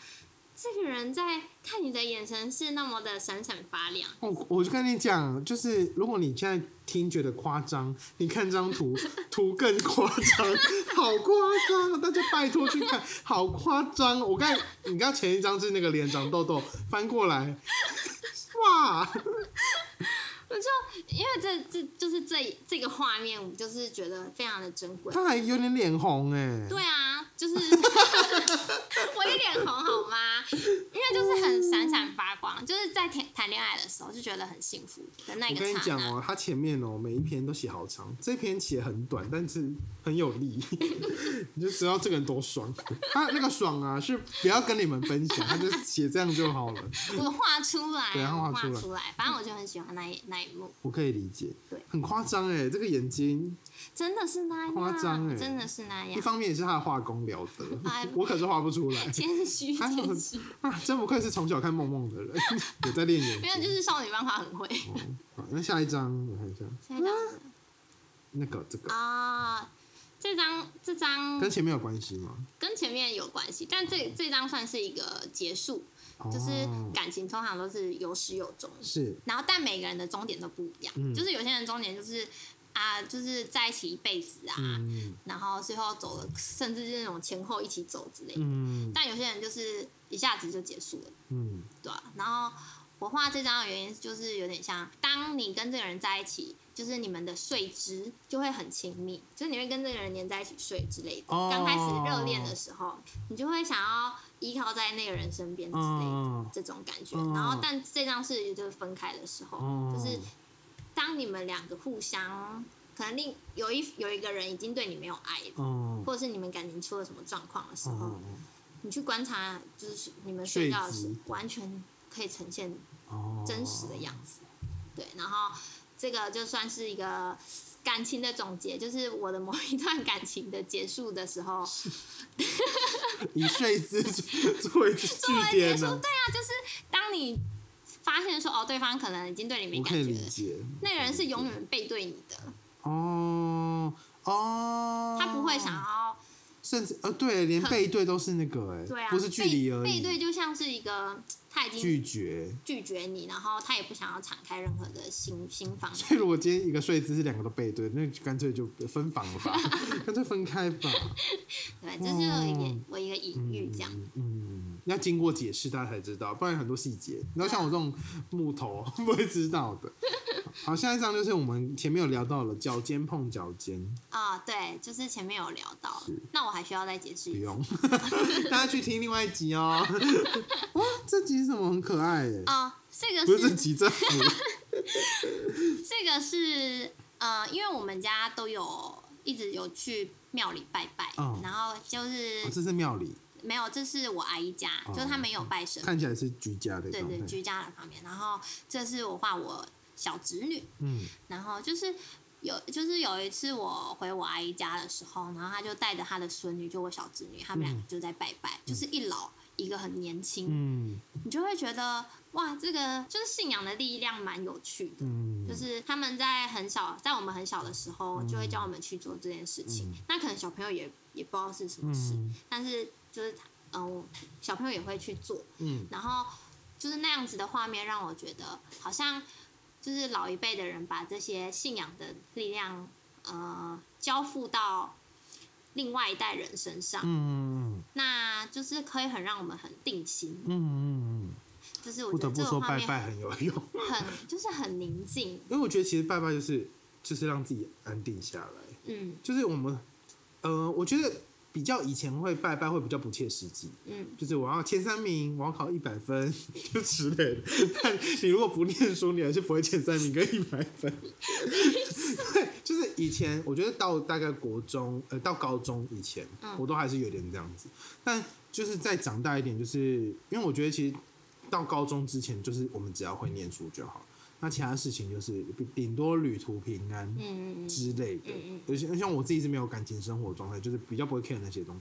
[SPEAKER 2] 这个人在看你的眼神是那么的闪闪发亮。
[SPEAKER 3] 我哦我就跟你讲，就是如果你现在听觉得夸张，你看这张图， 图更夸张，好夸张！大家拜托去看，好夸张！我看你刚前一张是那个脸长痘痘，翻过来，哇，
[SPEAKER 2] 我就因为这这这就是这这个画面，我就是觉得非常的珍贵。
[SPEAKER 3] 他还有点脸红哎、
[SPEAKER 2] 对啊，就是 我一脸红好吗？因为就是很闪闪发光，就是在谈谈恋爱的时候就觉得很幸福的那
[SPEAKER 3] 我
[SPEAKER 2] 个
[SPEAKER 3] 跟你
[SPEAKER 2] 刹
[SPEAKER 3] 讲
[SPEAKER 2] 那。
[SPEAKER 3] 哦、他前面哦、每一篇都写好长，这篇写很短，但是很有力，你就知道这个人多爽。他那个爽啊，是不要跟你们分享，他就写这样就好了，
[SPEAKER 2] 我画出来，
[SPEAKER 3] 对他画
[SPEAKER 2] 我画
[SPEAKER 3] 出来
[SPEAKER 2] 出来，反正我就很喜欢那一那一幕，
[SPEAKER 3] 我可以理解
[SPEAKER 2] 对。
[SPEAKER 3] 很夸张哎，这个眼睛，
[SPEAKER 2] 真的是那样，
[SPEAKER 3] 夸张欸
[SPEAKER 2] 真的是那
[SPEAKER 3] 一
[SPEAKER 2] 样，
[SPEAKER 3] 方面也是他的画工了得
[SPEAKER 2] 哎，
[SPEAKER 3] 我可是画不出来。
[SPEAKER 2] 谦虚
[SPEAKER 3] 他
[SPEAKER 2] 谦虚，
[SPEAKER 3] 啊，真不愧是从小看梦梦的人，有在练眼
[SPEAKER 2] 没有就
[SPEAKER 3] 睛。
[SPEAKER 2] 是少女漫画很会。
[SPEAKER 3] 好，那下一张我看一下，
[SPEAKER 2] 现在这样 子
[SPEAKER 3] 那个这个
[SPEAKER 2] 啊，这张这张
[SPEAKER 3] 跟前面有关系吗？
[SPEAKER 2] 跟前面有关系，但这这张算是一个结束，就是
[SPEAKER 3] 哦
[SPEAKER 2] 感情通常都是有始有终，
[SPEAKER 3] 是
[SPEAKER 2] 然后但每个人的终点都不一样，
[SPEAKER 3] 嗯
[SPEAKER 2] 就是有些人终点就是啊，就是在一起一辈子啊，
[SPEAKER 3] 嗯
[SPEAKER 2] 然后最后走了，甚至是那种前后一起走之类的，
[SPEAKER 3] 嗯
[SPEAKER 2] 但有些人就是一下子就结束了，
[SPEAKER 3] 嗯
[SPEAKER 2] 对啊，然后我画这张的原因就是有点像，当你跟这个人在一起，就是你们的睡姿就会很亲密，就是你会跟这个人黏在一起睡之类的。
[SPEAKER 3] 哦
[SPEAKER 2] 刚开始热恋的时候，你就会想要依靠在那个人身边之类的、
[SPEAKER 3] 嗯
[SPEAKER 2] 这种感觉。
[SPEAKER 3] 哦
[SPEAKER 2] 然后，但这张是就是分开的时候，
[SPEAKER 3] 哦
[SPEAKER 2] 就是当你们两个互相可能另有一有一个人已经对你没有爱了。
[SPEAKER 3] 嗯
[SPEAKER 2] 或者是你们感情出了什么状况的时候，
[SPEAKER 3] 哦
[SPEAKER 2] 你去观察，就是你们睡觉的时
[SPEAKER 3] 睡
[SPEAKER 2] 候
[SPEAKER 3] 姿，
[SPEAKER 2] 完全可以呈现
[SPEAKER 3] 哦
[SPEAKER 2] 真实的样子。对，然后这个就算是一个感情的总结，就是我的某一段感情的结束的时 候，
[SPEAKER 3] 以 睡 姿作
[SPEAKER 2] 啊
[SPEAKER 3] 为据
[SPEAKER 2] 作为结
[SPEAKER 3] 点
[SPEAKER 2] 束，对
[SPEAKER 3] 呢，
[SPEAKER 2] 啊，就是当你发现说哦，对方可能已经对你没
[SPEAKER 3] 我可
[SPEAKER 2] 感
[SPEAKER 3] 以
[SPEAKER 2] 觉
[SPEAKER 3] 理
[SPEAKER 2] 了，
[SPEAKER 3] 解
[SPEAKER 2] 那个人是永远背对你的，
[SPEAKER 3] 哦哦，
[SPEAKER 2] 他不会想，要
[SPEAKER 3] 甚至呃对，连背对都是那个哎，
[SPEAKER 2] 对啊，
[SPEAKER 3] 不是距离而已，
[SPEAKER 2] 背背对就像是一个他已经
[SPEAKER 3] 拒绝。
[SPEAKER 2] 拒绝你，然后他也不想要敞开任何的心心房。
[SPEAKER 3] 所以如果今天一个睡姿是两个都背对，那就干脆就分房了 吧，干脆分开吧。
[SPEAKER 2] 对，这就是我一个、
[SPEAKER 3] 嗯
[SPEAKER 2] 我一个隐喻，这样。
[SPEAKER 3] 嗯嗯，要经过解释大家才知道，不然很多细节，你知道像我这种木头 不会知道的。 好，下一张就是我们前面有聊到了脚尖碰脚尖，
[SPEAKER 2] 啊、对，就是前面有聊到
[SPEAKER 3] 是，
[SPEAKER 2] 那我还需要再解释
[SPEAKER 3] 不
[SPEAKER 2] 一次。
[SPEAKER 3] 用，大家去听另外一集哦。哇，这集是什么很可爱耶？
[SPEAKER 2] 啊、这个
[SPEAKER 3] 不是这
[SPEAKER 2] 是
[SPEAKER 3] 集这幅，
[SPEAKER 2] 这个是呃，因为我们家都有一直有去庙里拜拜，
[SPEAKER 3] 哦
[SPEAKER 2] 然后就是、
[SPEAKER 3] 哦这是庙里，
[SPEAKER 2] 没有，这是我阿姨家，
[SPEAKER 3] 哦
[SPEAKER 2] 就是他们有拜神，
[SPEAKER 3] 看起来是居家的
[SPEAKER 2] 对
[SPEAKER 3] 状
[SPEAKER 2] 对，
[SPEAKER 3] 态。
[SPEAKER 2] 居家的旁边。然后这是我画我小侄女，
[SPEAKER 3] 嗯
[SPEAKER 2] 然后就是有，就是有一次我回我阿姨家的时候，然后她就带着她的孙女，就我小侄女，他们两个就在拜拜，就是一老一个很年轻，
[SPEAKER 3] 嗯
[SPEAKER 2] 你就会觉得哇，这个就是信仰的力量蛮有趣的。
[SPEAKER 3] 嗯，
[SPEAKER 2] 就是他们在很小，在我们很小的时候，就会叫我们去做这件事情。那可能小朋友也也不知道是什么事，
[SPEAKER 3] 嗯
[SPEAKER 2] 但是就是嗯、呃小朋友也会去做。
[SPEAKER 3] 嗯
[SPEAKER 2] 然后就是那样子的画面，让我觉得好像就是老一辈的人把这些信仰的力量，呃，交付到另外一代人身上，
[SPEAKER 3] 嗯
[SPEAKER 2] 那就是可以很让我们很定心
[SPEAKER 3] 嗯。嗯嗯，
[SPEAKER 2] 就是我
[SPEAKER 3] 不
[SPEAKER 2] 觉得
[SPEAKER 3] 得不
[SPEAKER 2] 这
[SPEAKER 3] 说
[SPEAKER 2] 种画
[SPEAKER 3] 拜
[SPEAKER 2] 面
[SPEAKER 3] 拜很有用。
[SPEAKER 2] 很就是很宁静，
[SPEAKER 3] 因为我觉得其实拜拜就是就是让自己安定下来，
[SPEAKER 2] 嗯
[SPEAKER 3] 就是我们呃，我觉得比较以前会拜拜会比较不切实际，
[SPEAKER 2] 嗯，
[SPEAKER 3] 就是我要前三名，我要考一百分 就之类的。但你如果不念书，你还是不会前三名跟一百分。 对，就是以前我觉得到大概国中呃到高中以前，
[SPEAKER 2] 嗯
[SPEAKER 3] 我都还是有点这样子，但就是再长大一点，就是因为我觉得其实到高中之前，就是我们只要会念书就好，那其他事情就是顶多旅途平安，
[SPEAKER 2] 嗯嗯嗯
[SPEAKER 3] 之类的
[SPEAKER 2] 嗯嗯。
[SPEAKER 3] 而且像我自己是没有感情生活状态，就是比较不会 care 那些东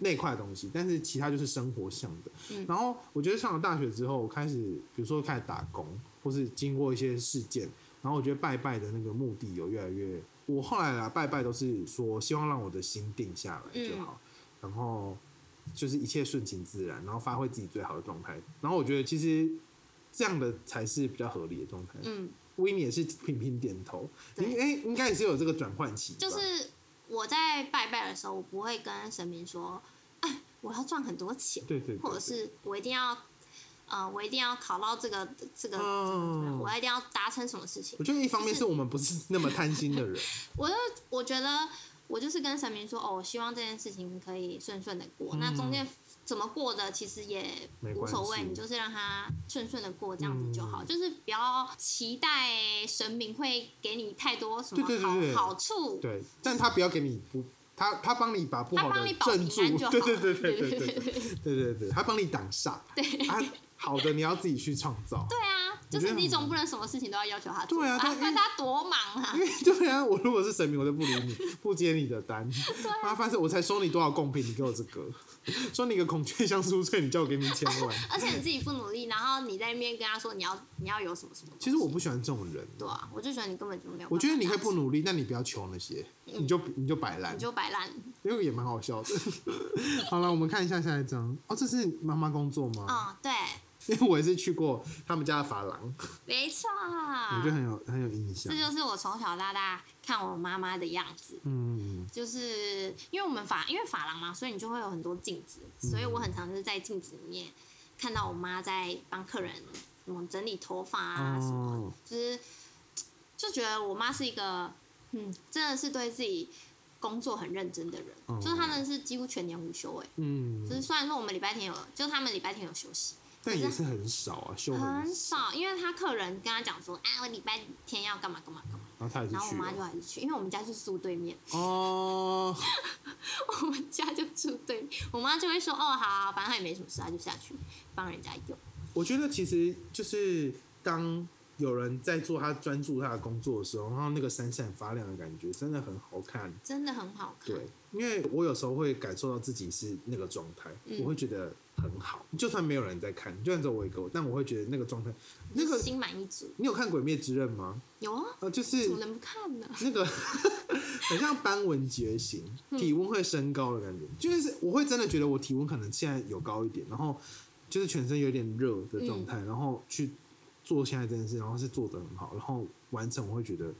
[SPEAKER 3] 那一块东西，但是其他就是生活项的。
[SPEAKER 2] 嗯
[SPEAKER 3] 然后我觉得上了大学之后，我开始比如说开始打工，或是经过一些事件，然后我觉得拜拜的那个目的有越来越，我后来啊啦拜拜都是说希望让我的心定下来就好，
[SPEAKER 2] 嗯
[SPEAKER 3] 然后就是一切顺其自然，然后发挥自己最好的状态。然后我觉得其实这样的才是比较合理的状态。
[SPEAKER 2] 嗯，
[SPEAKER 3] 威尼也是频频点头，
[SPEAKER 2] 对
[SPEAKER 3] 应哎、应该也是有这个转换期吧，
[SPEAKER 2] 就是我在拜拜的时候，我不会跟神明说，哎，我要赚很多钱，
[SPEAKER 3] 对对对
[SPEAKER 2] 或者是我一定要呃，我一定要考到这个这个，
[SPEAKER 3] 嗯
[SPEAKER 2] 我一定要达成什么事情
[SPEAKER 3] 我。觉得一方面是我们不是那么贪心的人，
[SPEAKER 2] 我就我觉得我就是跟神明说，哦，我希望这件事情可以顺顺的过。那中间怎么过的，其实也
[SPEAKER 3] 嗯没
[SPEAKER 2] 无
[SPEAKER 3] 关
[SPEAKER 2] 所谓，
[SPEAKER 3] 系嗯
[SPEAKER 2] 你就是让它顺顺的过，这样子就好。就是不要期待神明会给你太多什么好
[SPEAKER 3] 对对对对
[SPEAKER 2] 好处，
[SPEAKER 3] 对，但他不要给你不，他他帮你把不
[SPEAKER 2] 他
[SPEAKER 3] 好
[SPEAKER 2] 帮
[SPEAKER 3] 的
[SPEAKER 2] 你保平
[SPEAKER 3] 镇住
[SPEAKER 2] 安，就好。
[SPEAKER 3] 对对对对
[SPEAKER 2] 对
[SPEAKER 3] 对对对对对对，他帮你挡煞，对啊，好的你要自己去创造，
[SPEAKER 2] 对啊，就
[SPEAKER 3] 我觉
[SPEAKER 2] 是
[SPEAKER 3] 得
[SPEAKER 2] 你
[SPEAKER 3] 很
[SPEAKER 2] 总不能什么事情都要要求他做
[SPEAKER 3] 对啊
[SPEAKER 2] 吧
[SPEAKER 3] 他
[SPEAKER 2] 啊，看他多忙啊
[SPEAKER 3] 因。为对啊，我如果是神明，我就不理你，不接你的单。麻烦是我才收你多少贡品，你给我这个，收你一个孔雀香酥脆，你叫我给你一千万。
[SPEAKER 2] 而且你自己不努力，然后你在那边跟他说你要你要有什么什么，
[SPEAKER 3] 其实我不喜欢这种人，
[SPEAKER 2] 对啊，我就觉得你根本就没有办法。
[SPEAKER 3] 我觉得你可以不努力，但你不要求那些，你就你就摆烂
[SPEAKER 2] 嗯你，就摆烂
[SPEAKER 3] 因为也蛮好 笑的。好了，我们看一下下一张。哦，这是妈妈工作吗？
[SPEAKER 2] 哦，对，
[SPEAKER 3] 因为我也是去过他们家的发廊，
[SPEAKER 2] 没错，
[SPEAKER 3] 我觉得很有很有印象
[SPEAKER 2] 这。啊就是我从小到大看我妈妈的样子。
[SPEAKER 3] 嗯，
[SPEAKER 2] 就是因为我们法因为法郎嘛，所以你就会有很多镜子，
[SPEAKER 3] 嗯
[SPEAKER 2] 所以我很常是在镜子里面看到我妈在帮客人什么整理头发啊
[SPEAKER 3] 哦
[SPEAKER 2] 什么，就是就觉得我妈是一个嗯，真的是对自己工作很认真的人，
[SPEAKER 3] 哦
[SPEAKER 2] 就是他们是几乎全年无休哎、
[SPEAKER 3] 嗯
[SPEAKER 2] 就，是虽然说我们礼拜天有，就是他们礼拜天有休息，
[SPEAKER 3] 但也是很少啊，秀
[SPEAKER 2] 很
[SPEAKER 3] 很，
[SPEAKER 2] 少，因为他客人跟他讲说，啊，我礼拜天要干嘛干嘛干嘛，
[SPEAKER 3] 然后他也是
[SPEAKER 2] 然后我
[SPEAKER 3] 去
[SPEAKER 2] 妈就
[SPEAKER 3] 了。
[SPEAKER 2] 还是去，因为我们家就是住对面。
[SPEAKER 3] 哦，
[SPEAKER 2] 我们家就住对面，我妈就会说：“哦，好啊，反正她也没什么事，她就下去帮人家用。
[SPEAKER 3] 我觉得其实就是当有人在做他专注他的工作的时候，然后那个闪闪发亮的感觉真的很好看。”
[SPEAKER 2] 真的很好看。
[SPEAKER 3] 对，因为我有时候会感受到自己是那个状态，
[SPEAKER 2] 嗯
[SPEAKER 3] 我会觉得很好。就算没有人在看，就算只有我一个，但我会觉得那个状态。那个
[SPEAKER 2] 心满意足，
[SPEAKER 3] 你有看《鬼灭之刃》吗？
[SPEAKER 2] 有啊，
[SPEAKER 3] 呃，就
[SPEAKER 2] 怎
[SPEAKER 3] 是
[SPEAKER 2] 么能不看呢？
[SPEAKER 3] 那个 很像斑纹觉醒，
[SPEAKER 2] 嗯
[SPEAKER 3] 体温会升高的感觉，就是我会真的觉得我体温可能现在有高一点，然后就是全身有点热的状
[SPEAKER 2] 嗯
[SPEAKER 3] 态，然后去做现在这件事，然后是做的很好，然后完成我会觉得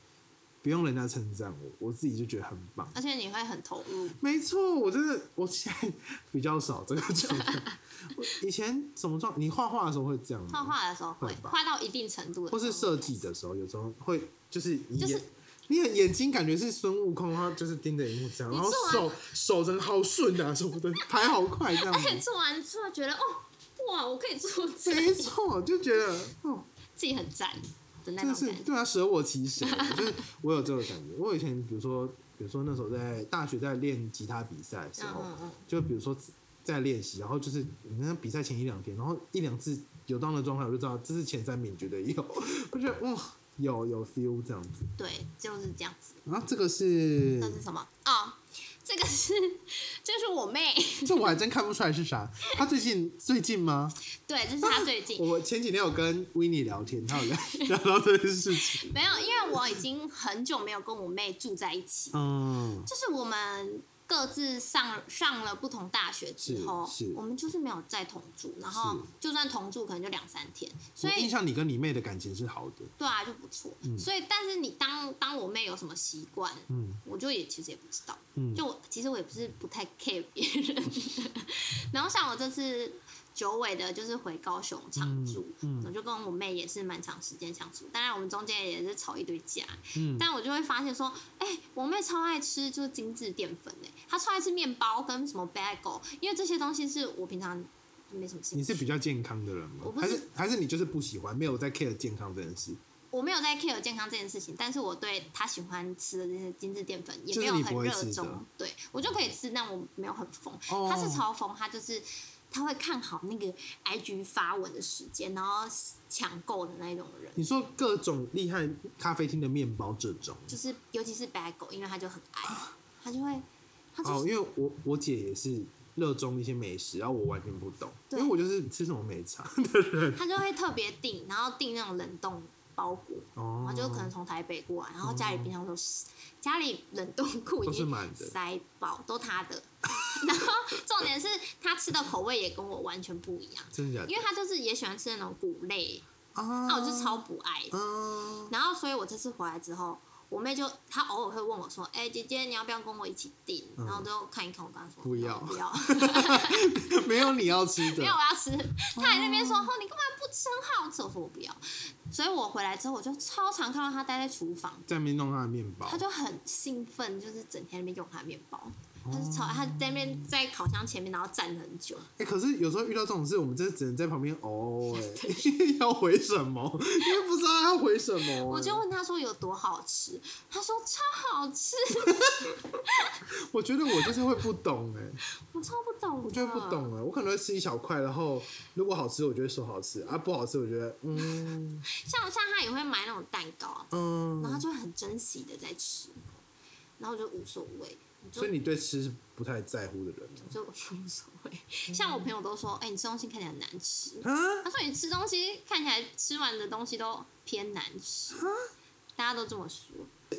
[SPEAKER 3] 不用人家称赞我，我自己就觉得很棒。
[SPEAKER 2] 而且你会很投入，
[SPEAKER 3] 没错，我真的我现在比较少这个状态，我以前什么状？你画画的时候会这样吗？
[SPEAKER 2] 画画的时候会
[SPEAKER 3] 会吧
[SPEAKER 2] 画到一定程度的时候，
[SPEAKER 3] 或是设计的时候，有时候会就是你眼、
[SPEAKER 2] 就是
[SPEAKER 3] 你的眼睛感觉是孙悟空，他就是盯着荧幕这样，
[SPEAKER 2] 你
[SPEAKER 3] 然后
[SPEAKER 2] 做
[SPEAKER 3] 手手真的好顺啊什么的，排好快这样
[SPEAKER 2] 而且
[SPEAKER 3] 子。
[SPEAKER 2] 做完之后觉得哦，哇，我可以做这
[SPEAKER 3] 没错，就觉得哦，
[SPEAKER 2] 自己很赞的那
[SPEAKER 3] 真
[SPEAKER 2] 种
[SPEAKER 3] 的是
[SPEAKER 2] 感觉。
[SPEAKER 3] 对啊，舍我其谁，就是我有这个感觉。我以前比如说，比如说那时候在大学在练吉他比赛的时
[SPEAKER 2] 嗯
[SPEAKER 3] 候，
[SPEAKER 2] 嗯嗯，
[SPEAKER 3] 就比如说在练习，然后就是你那比赛前一两天，然后一两次有到那状态，我就知道这是前三名，绝对有。 我觉得哇、有有 feel 这样子。
[SPEAKER 2] 对，就是这样子。
[SPEAKER 3] 然后这个是
[SPEAKER 2] 这是什么？哦，这个是这是我妹，
[SPEAKER 3] 这我还真看不出来是啥。他最近最近吗？
[SPEAKER 2] 对，这是她最近。
[SPEAKER 3] 我前几天有跟 w i n n 聊天，他有聊 聊到这件事情。
[SPEAKER 2] 没有，因为我已经很久没有跟我妹住在一起，
[SPEAKER 3] 嗯，
[SPEAKER 2] 就是我们各自上上了不同大学之后
[SPEAKER 3] 是是，
[SPEAKER 2] 我们就是没有再同住，然后
[SPEAKER 3] 是
[SPEAKER 2] 就算同住，可能就两三天，
[SPEAKER 3] 我
[SPEAKER 2] 所以
[SPEAKER 3] 印象你跟你妹的感情是好的。
[SPEAKER 2] 对啊就不错。所以，但是你当当我妹有什么习惯，
[SPEAKER 3] 嗯
[SPEAKER 2] 我就也其实也不知道，
[SPEAKER 3] 嗯
[SPEAKER 2] 就我其实我也不是不太 care 别人的。 然后像我这次九尾的，就是回高雄常住，
[SPEAKER 3] 嗯嗯
[SPEAKER 2] 我就跟我妹也是蛮长时间相处，当然我们中间也是吵一堆架，
[SPEAKER 3] 嗯，
[SPEAKER 2] 但我就会发现说，哎、我妹超爱吃就是精致淀粉哎、她超爱吃面包跟什么 bagel，因为这些东西是我平常没什么兴
[SPEAKER 3] 你
[SPEAKER 2] 趣，
[SPEAKER 3] 是比较健康的人吗？
[SPEAKER 2] 我不是
[SPEAKER 3] 还是还是你就是不喜欢，没有在 care 健康这件事，
[SPEAKER 2] 我没有在 care 健康这件事情，但是我对她喜欢吃的这些精致淀粉也
[SPEAKER 3] 就是
[SPEAKER 2] 没有
[SPEAKER 3] 你不
[SPEAKER 2] 很
[SPEAKER 3] 会
[SPEAKER 2] 热
[SPEAKER 3] 吃
[SPEAKER 2] 衷
[SPEAKER 3] 的，
[SPEAKER 2] 对我就可以吃，但我没有很疯。
[SPEAKER 3] 哦
[SPEAKER 2] 她是超疯，她就是她会看好那个 IG 发文的时间，然后抢购的那种人。
[SPEAKER 3] 你说各种厉害咖啡厅的面包这种。
[SPEAKER 2] 就是尤其是 bagel，因为她就很爱，她就会，她就
[SPEAKER 3] 哦，
[SPEAKER 2] 是
[SPEAKER 3] 因为我我姐也是热衷一些美食，然后我完全不懂，因
[SPEAKER 2] 对
[SPEAKER 3] 为我就是吃什么美茶。
[SPEAKER 2] 她就会特别订，然后订那种冷冻包裹，然
[SPEAKER 3] 哦
[SPEAKER 2] 后，就可能从台北过来，然后家里冰箱都是，家里冷冻库已
[SPEAKER 3] 都是
[SPEAKER 2] 经
[SPEAKER 3] 满的
[SPEAKER 2] 塞爆，都他的。 然后重点是他吃的口味也跟我完全不一样，
[SPEAKER 3] 真的假的
[SPEAKER 2] 因为他就是也喜欢吃那种谷类，
[SPEAKER 3] 啊
[SPEAKER 2] 那我就超不爱的。
[SPEAKER 3] 啊，
[SPEAKER 2] 然后所以我这次回来之后，我妹就她偶尔会问我说：“哎、姐姐，你要不要跟我一起订？”
[SPEAKER 3] 嗯
[SPEAKER 2] 然后就看一看，我跟她说：“
[SPEAKER 3] 不要
[SPEAKER 2] 不 要，
[SPEAKER 3] 没有你要吃的
[SPEAKER 2] 没有，我要吃。”她还在那边说：“哦，你干嘛不吃？很好吃。”我说：“我不要。”所以我回来之后，我就超常看到她待在厨房，
[SPEAKER 3] 在那边弄他的面包
[SPEAKER 2] 她，就很兴奋，就是整天在那边用她的面包。她是超，她在那边在烤箱前面，然后站很久。
[SPEAKER 3] 哎、可是有时候遇到这种事，我们真的只能在旁边哦、 哎，因为要回什么？因为不知道他要回什么、哎
[SPEAKER 2] 我就问她说有多好吃，她说超好吃，
[SPEAKER 3] 我觉得我就是会不懂哎、
[SPEAKER 2] 我超不懂，
[SPEAKER 3] 我就会不。懂哎、我可能会吃一小块，然后如果好吃，我就会说好吃啊；不好吃，我觉得嗯
[SPEAKER 2] 像像她也会买那种蛋糕啊，然后她
[SPEAKER 3] 嗯。
[SPEAKER 2] 就很珍惜的在吃，然后我就无所谓，我就
[SPEAKER 3] 所以你对吃是不太在乎的人
[SPEAKER 2] 我就无所谓。 像我朋友都说，哎、你吃东西看起来很难吃，
[SPEAKER 3] 啊？
[SPEAKER 2] 他说你吃东西看起来吃完的东西都偏难吃，大家都这么说。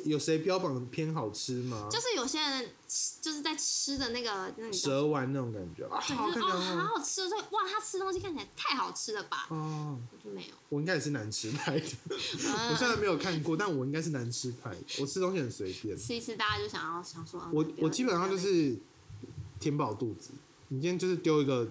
[SPEAKER 3] 有谁标榜偏好吃吗？
[SPEAKER 2] 就是有些人吃就是在吃的那个那个叫什么，
[SPEAKER 3] 蛇丸那种感觉啊，
[SPEAKER 2] 对，
[SPEAKER 3] 好
[SPEAKER 2] 就是
[SPEAKER 3] 看
[SPEAKER 2] 哦，好
[SPEAKER 3] 啊！
[SPEAKER 2] 好吃，所以哇，他吃东西看起来太好吃了吧？
[SPEAKER 3] 哦，
[SPEAKER 2] 我就没有，
[SPEAKER 3] 我应该也是难吃派的。我虽
[SPEAKER 2] 嗯，
[SPEAKER 3] 然没有看过，但我应该是难吃派的。我吃东西很随便，
[SPEAKER 2] 吃一次大家就想要想说，啊
[SPEAKER 3] 我
[SPEAKER 2] 你不要
[SPEAKER 3] 我基本上就
[SPEAKER 2] 你
[SPEAKER 3] 是填饱肚子。你今天就是丢一个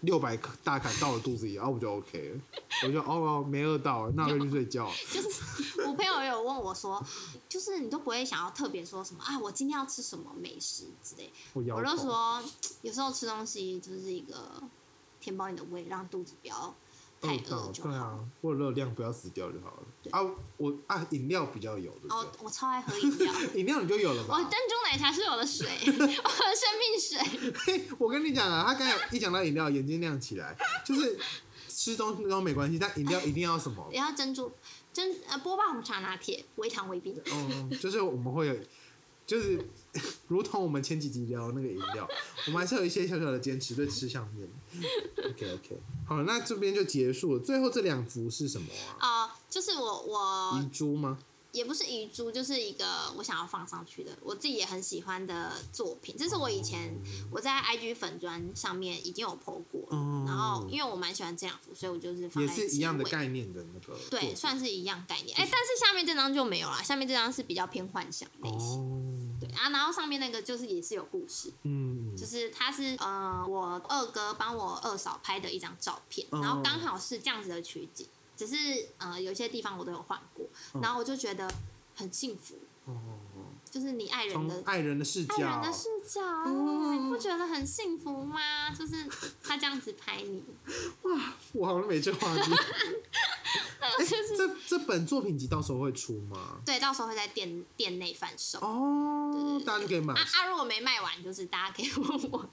[SPEAKER 3] 六百大卡到我肚子里，然后我就 OK 了。我就哦没饿到，那我就去睡觉。
[SPEAKER 2] 不要就是 我朋友也有问我说，就是你都不会想要特别说什么啊，我今天要吃什么美食之类的。
[SPEAKER 3] 我摇
[SPEAKER 2] 我就
[SPEAKER 3] 头。
[SPEAKER 2] 说，有时候吃东西就是一个填饱你的胃，让肚子不要太
[SPEAKER 3] 饿到
[SPEAKER 2] 饿就
[SPEAKER 3] 对
[SPEAKER 2] 好。
[SPEAKER 3] 啊，我有热量不要死掉就好了。
[SPEAKER 2] 对
[SPEAKER 3] 啊，我啊饮料比较有，对不
[SPEAKER 2] 哦
[SPEAKER 3] 对？，
[SPEAKER 2] 我超爱喝饮料，
[SPEAKER 3] 饮料你就有了
[SPEAKER 2] 我
[SPEAKER 3] 吧？
[SPEAKER 2] 珍珠奶茶是我的水， 我的生命水。
[SPEAKER 3] 嘿， 我跟你讲啊，他刚才一讲到饮料，眼睛亮 起来，就是吃东西都没关系，但饮料一定要什么？
[SPEAKER 2] 也要珍珠珍呃波霸红茶拿铁，微糖微冰。
[SPEAKER 3] 嗯，就是我们会有，就是如同我们前几集聊那个饮料，我们还是有一些小小的坚持对吃上面。OK OK，好，那这边就结束了。最后这两幅是什么啊？
[SPEAKER 2] 呃，就是我我
[SPEAKER 3] 遗珠吗？
[SPEAKER 2] 也不是遗珠，就是一个我想要放上去的，我自己也很喜欢的作品。这是我以前我在 IG 粉砖上面已经有 PO 过了，
[SPEAKER 3] 嗯
[SPEAKER 2] 然后因为我蛮喜欢这两幅，所以我就是放
[SPEAKER 3] 也
[SPEAKER 2] 在
[SPEAKER 3] 是一
[SPEAKER 2] 结
[SPEAKER 3] 样的
[SPEAKER 2] 尾
[SPEAKER 3] 概念的那个作品。
[SPEAKER 2] 对，算是一样概念。哎、但是下面这张就没有啦，下面这张是比较偏幻想类型。
[SPEAKER 3] 哦，
[SPEAKER 2] 对啊，然后上面那个就是也是有故事，
[SPEAKER 3] 嗯
[SPEAKER 2] 就，是它是呃我二哥帮我二嫂拍的一张照片，
[SPEAKER 3] 哦
[SPEAKER 2] 然后刚好是这样子的取景，只是呃有些地方我都有换过
[SPEAKER 3] 嗯，
[SPEAKER 2] 然后我就觉得很幸福，
[SPEAKER 3] 哦，
[SPEAKER 2] 就是你爱人
[SPEAKER 3] 从
[SPEAKER 2] 的。
[SPEAKER 3] 爱人的视角，哦
[SPEAKER 2] 爱人的视角，你不觉得很幸福吗？就是他这样子拍你，
[SPEAKER 3] 我好像没这画面。 哎
[SPEAKER 2] 就是
[SPEAKER 3] 这这本作品集到时候会出吗？
[SPEAKER 2] 对，到时候会在店店内贩售。
[SPEAKER 3] 哦
[SPEAKER 2] 对，
[SPEAKER 3] 大家就可以买
[SPEAKER 2] 啊。啊！如果没卖完，就是大家可以 问我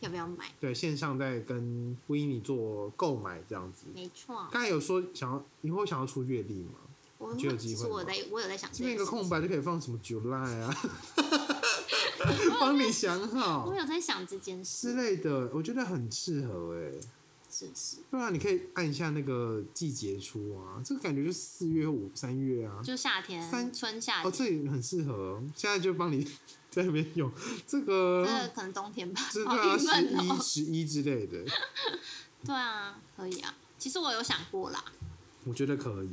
[SPEAKER 2] 要不要买。
[SPEAKER 3] 对，线上再跟维尼做购买这样子。
[SPEAKER 2] 没错，
[SPEAKER 3] 刚才有说想要，你会想要出月历吗？
[SPEAKER 2] 我
[SPEAKER 3] 就有
[SPEAKER 2] 其
[SPEAKER 3] 机
[SPEAKER 2] 实
[SPEAKER 3] 会
[SPEAKER 2] 我
[SPEAKER 3] 吗
[SPEAKER 2] 在我有在想
[SPEAKER 3] 这
[SPEAKER 2] 这
[SPEAKER 3] 边
[SPEAKER 2] 件
[SPEAKER 3] 有
[SPEAKER 2] 事
[SPEAKER 3] 个
[SPEAKER 2] 情，
[SPEAKER 3] 空白就可以放什么 July 啊，帮你想好
[SPEAKER 2] 我有在想这件事
[SPEAKER 3] 之，类的，我觉得很适合哎、
[SPEAKER 2] 是不是？
[SPEAKER 3] 对啊，你可以按一下那个季节出啊，这个感觉就是四月、五、三月啊。
[SPEAKER 2] 就夏天、
[SPEAKER 3] 三
[SPEAKER 2] 春夏
[SPEAKER 3] 哦，
[SPEAKER 2] 天，
[SPEAKER 3] 这里很适合哦，现在就帮你 在那边用这个
[SPEAKER 2] 这。个可能冬天吧，
[SPEAKER 3] 真的
[SPEAKER 2] 好
[SPEAKER 3] 啊，
[SPEAKER 2] 郁
[SPEAKER 3] 十
[SPEAKER 2] 闷
[SPEAKER 3] 一、
[SPEAKER 2] 哦。
[SPEAKER 3] 十一之类的，
[SPEAKER 2] 对啊，可以啊。其实我有想过啦。
[SPEAKER 3] 我觉得可以。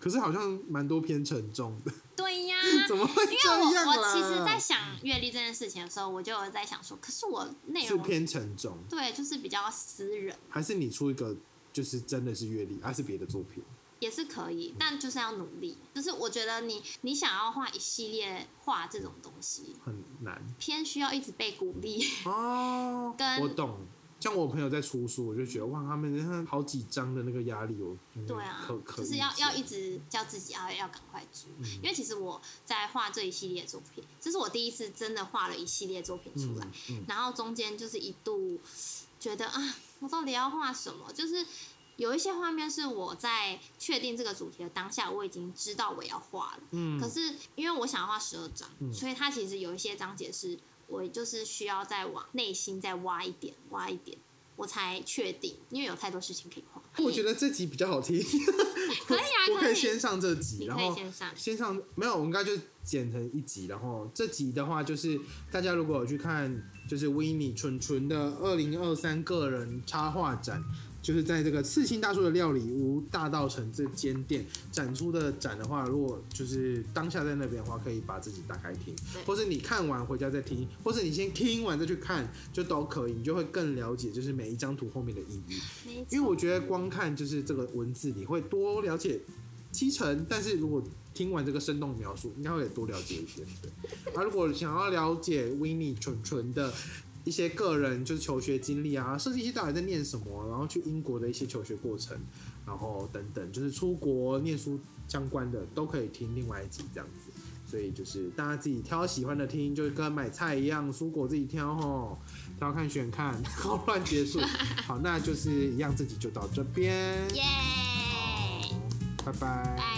[SPEAKER 3] 可是好像蛮多偏沉重的，
[SPEAKER 2] 对呀、
[SPEAKER 3] 怎么会
[SPEAKER 2] 嗯因为我
[SPEAKER 3] 这样啦？
[SPEAKER 2] 我
[SPEAKER 3] 啊
[SPEAKER 2] 其实，在想阅历这件事情的时候，我就有在想说，可是我内
[SPEAKER 3] 是
[SPEAKER 2] 容
[SPEAKER 3] 偏沉重，
[SPEAKER 2] 对，就是比较私人，
[SPEAKER 3] 还是你出一个就是真的是阅历，还是别的作品？
[SPEAKER 2] 也是可以，但就是要努力。就是我觉得你你想要画一系列画这种东西，
[SPEAKER 3] 很难
[SPEAKER 2] 偏需要一直被鼓励。
[SPEAKER 3] 哦
[SPEAKER 2] 跟
[SPEAKER 3] 我懂。像我朋友在出书，我就觉得哇，他们那好几张的那个压力哦，我
[SPEAKER 2] 对啊
[SPEAKER 3] 可，可
[SPEAKER 2] 就是要
[SPEAKER 3] 理解嗯
[SPEAKER 2] 要一直叫自己要要赶快做，因为其实我在画这一系列作品，这是我第一次真的画了一系列作品出来，
[SPEAKER 3] 嗯嗯
[SPEAKER 2] 然后中间就是一度觉得啊，我到底要画什么？就是有一些画面是我在确定这个主题的当下，我已经知道我要画了，
[SPEAKER 3] 嗯
[SPEAKER 2] 可是因为我想要画十二章，所以它其实有一些章节是我就是需要再往内心再挖一点，挖一点。我才确定，因为有太多事情可以画。
[SPEAKER 3] 我觉得这集比较好听，
[SPEAKER 2] 可以啊，
[SPEAKER 3] 我可以
[SPEAKER 2] 以
[SPEAKER 3] 先上这集，
[SPEAKER 2] 你
[SPEAKER 3] 然
[SPEAKER 2] 可以
[SPEAKER 3] 后
[SPEAKER 2] 先上，
[SPEAKER 3] 先上没有，我应该就剪成一集，然后这集的话就是大家如果有去看，就是 w i n n i e 蠢蠢的二零二三个人插画展，就是在这个刺青大叔的料理屋大道城这间店展出的展的话，如果就是当下在那边的话，可以把自己打开听，或是你看完回家再听，或是你先听完再去看，就都可以，你就会更了解就是每一张图后面的意义。
[SPEAKER 2] 没错
[SPEAKER 3] 因为我觉得光看就是这个文字，你会多了解七成，但是如果听完这个生动描述，应该会多了解一些。对，啊，如果想要了解 w i n n i e 纯纯的一些个人就是求学经历啊，设计系到底在念什么，然后去英国的一些求学过程，然后等等，就是出国念书相关的都可以听另外一集这样子。所以就是大家自己挑喜欢的听，就是跟买菜一样，蔬果自己挑吼，挑看选看，好乱结束。好，那就是一样，这集就到这边，
[SPEAKER 2] 耶，
[SPEAKER 3] 拜拜
[SPEAKER 2] 拜。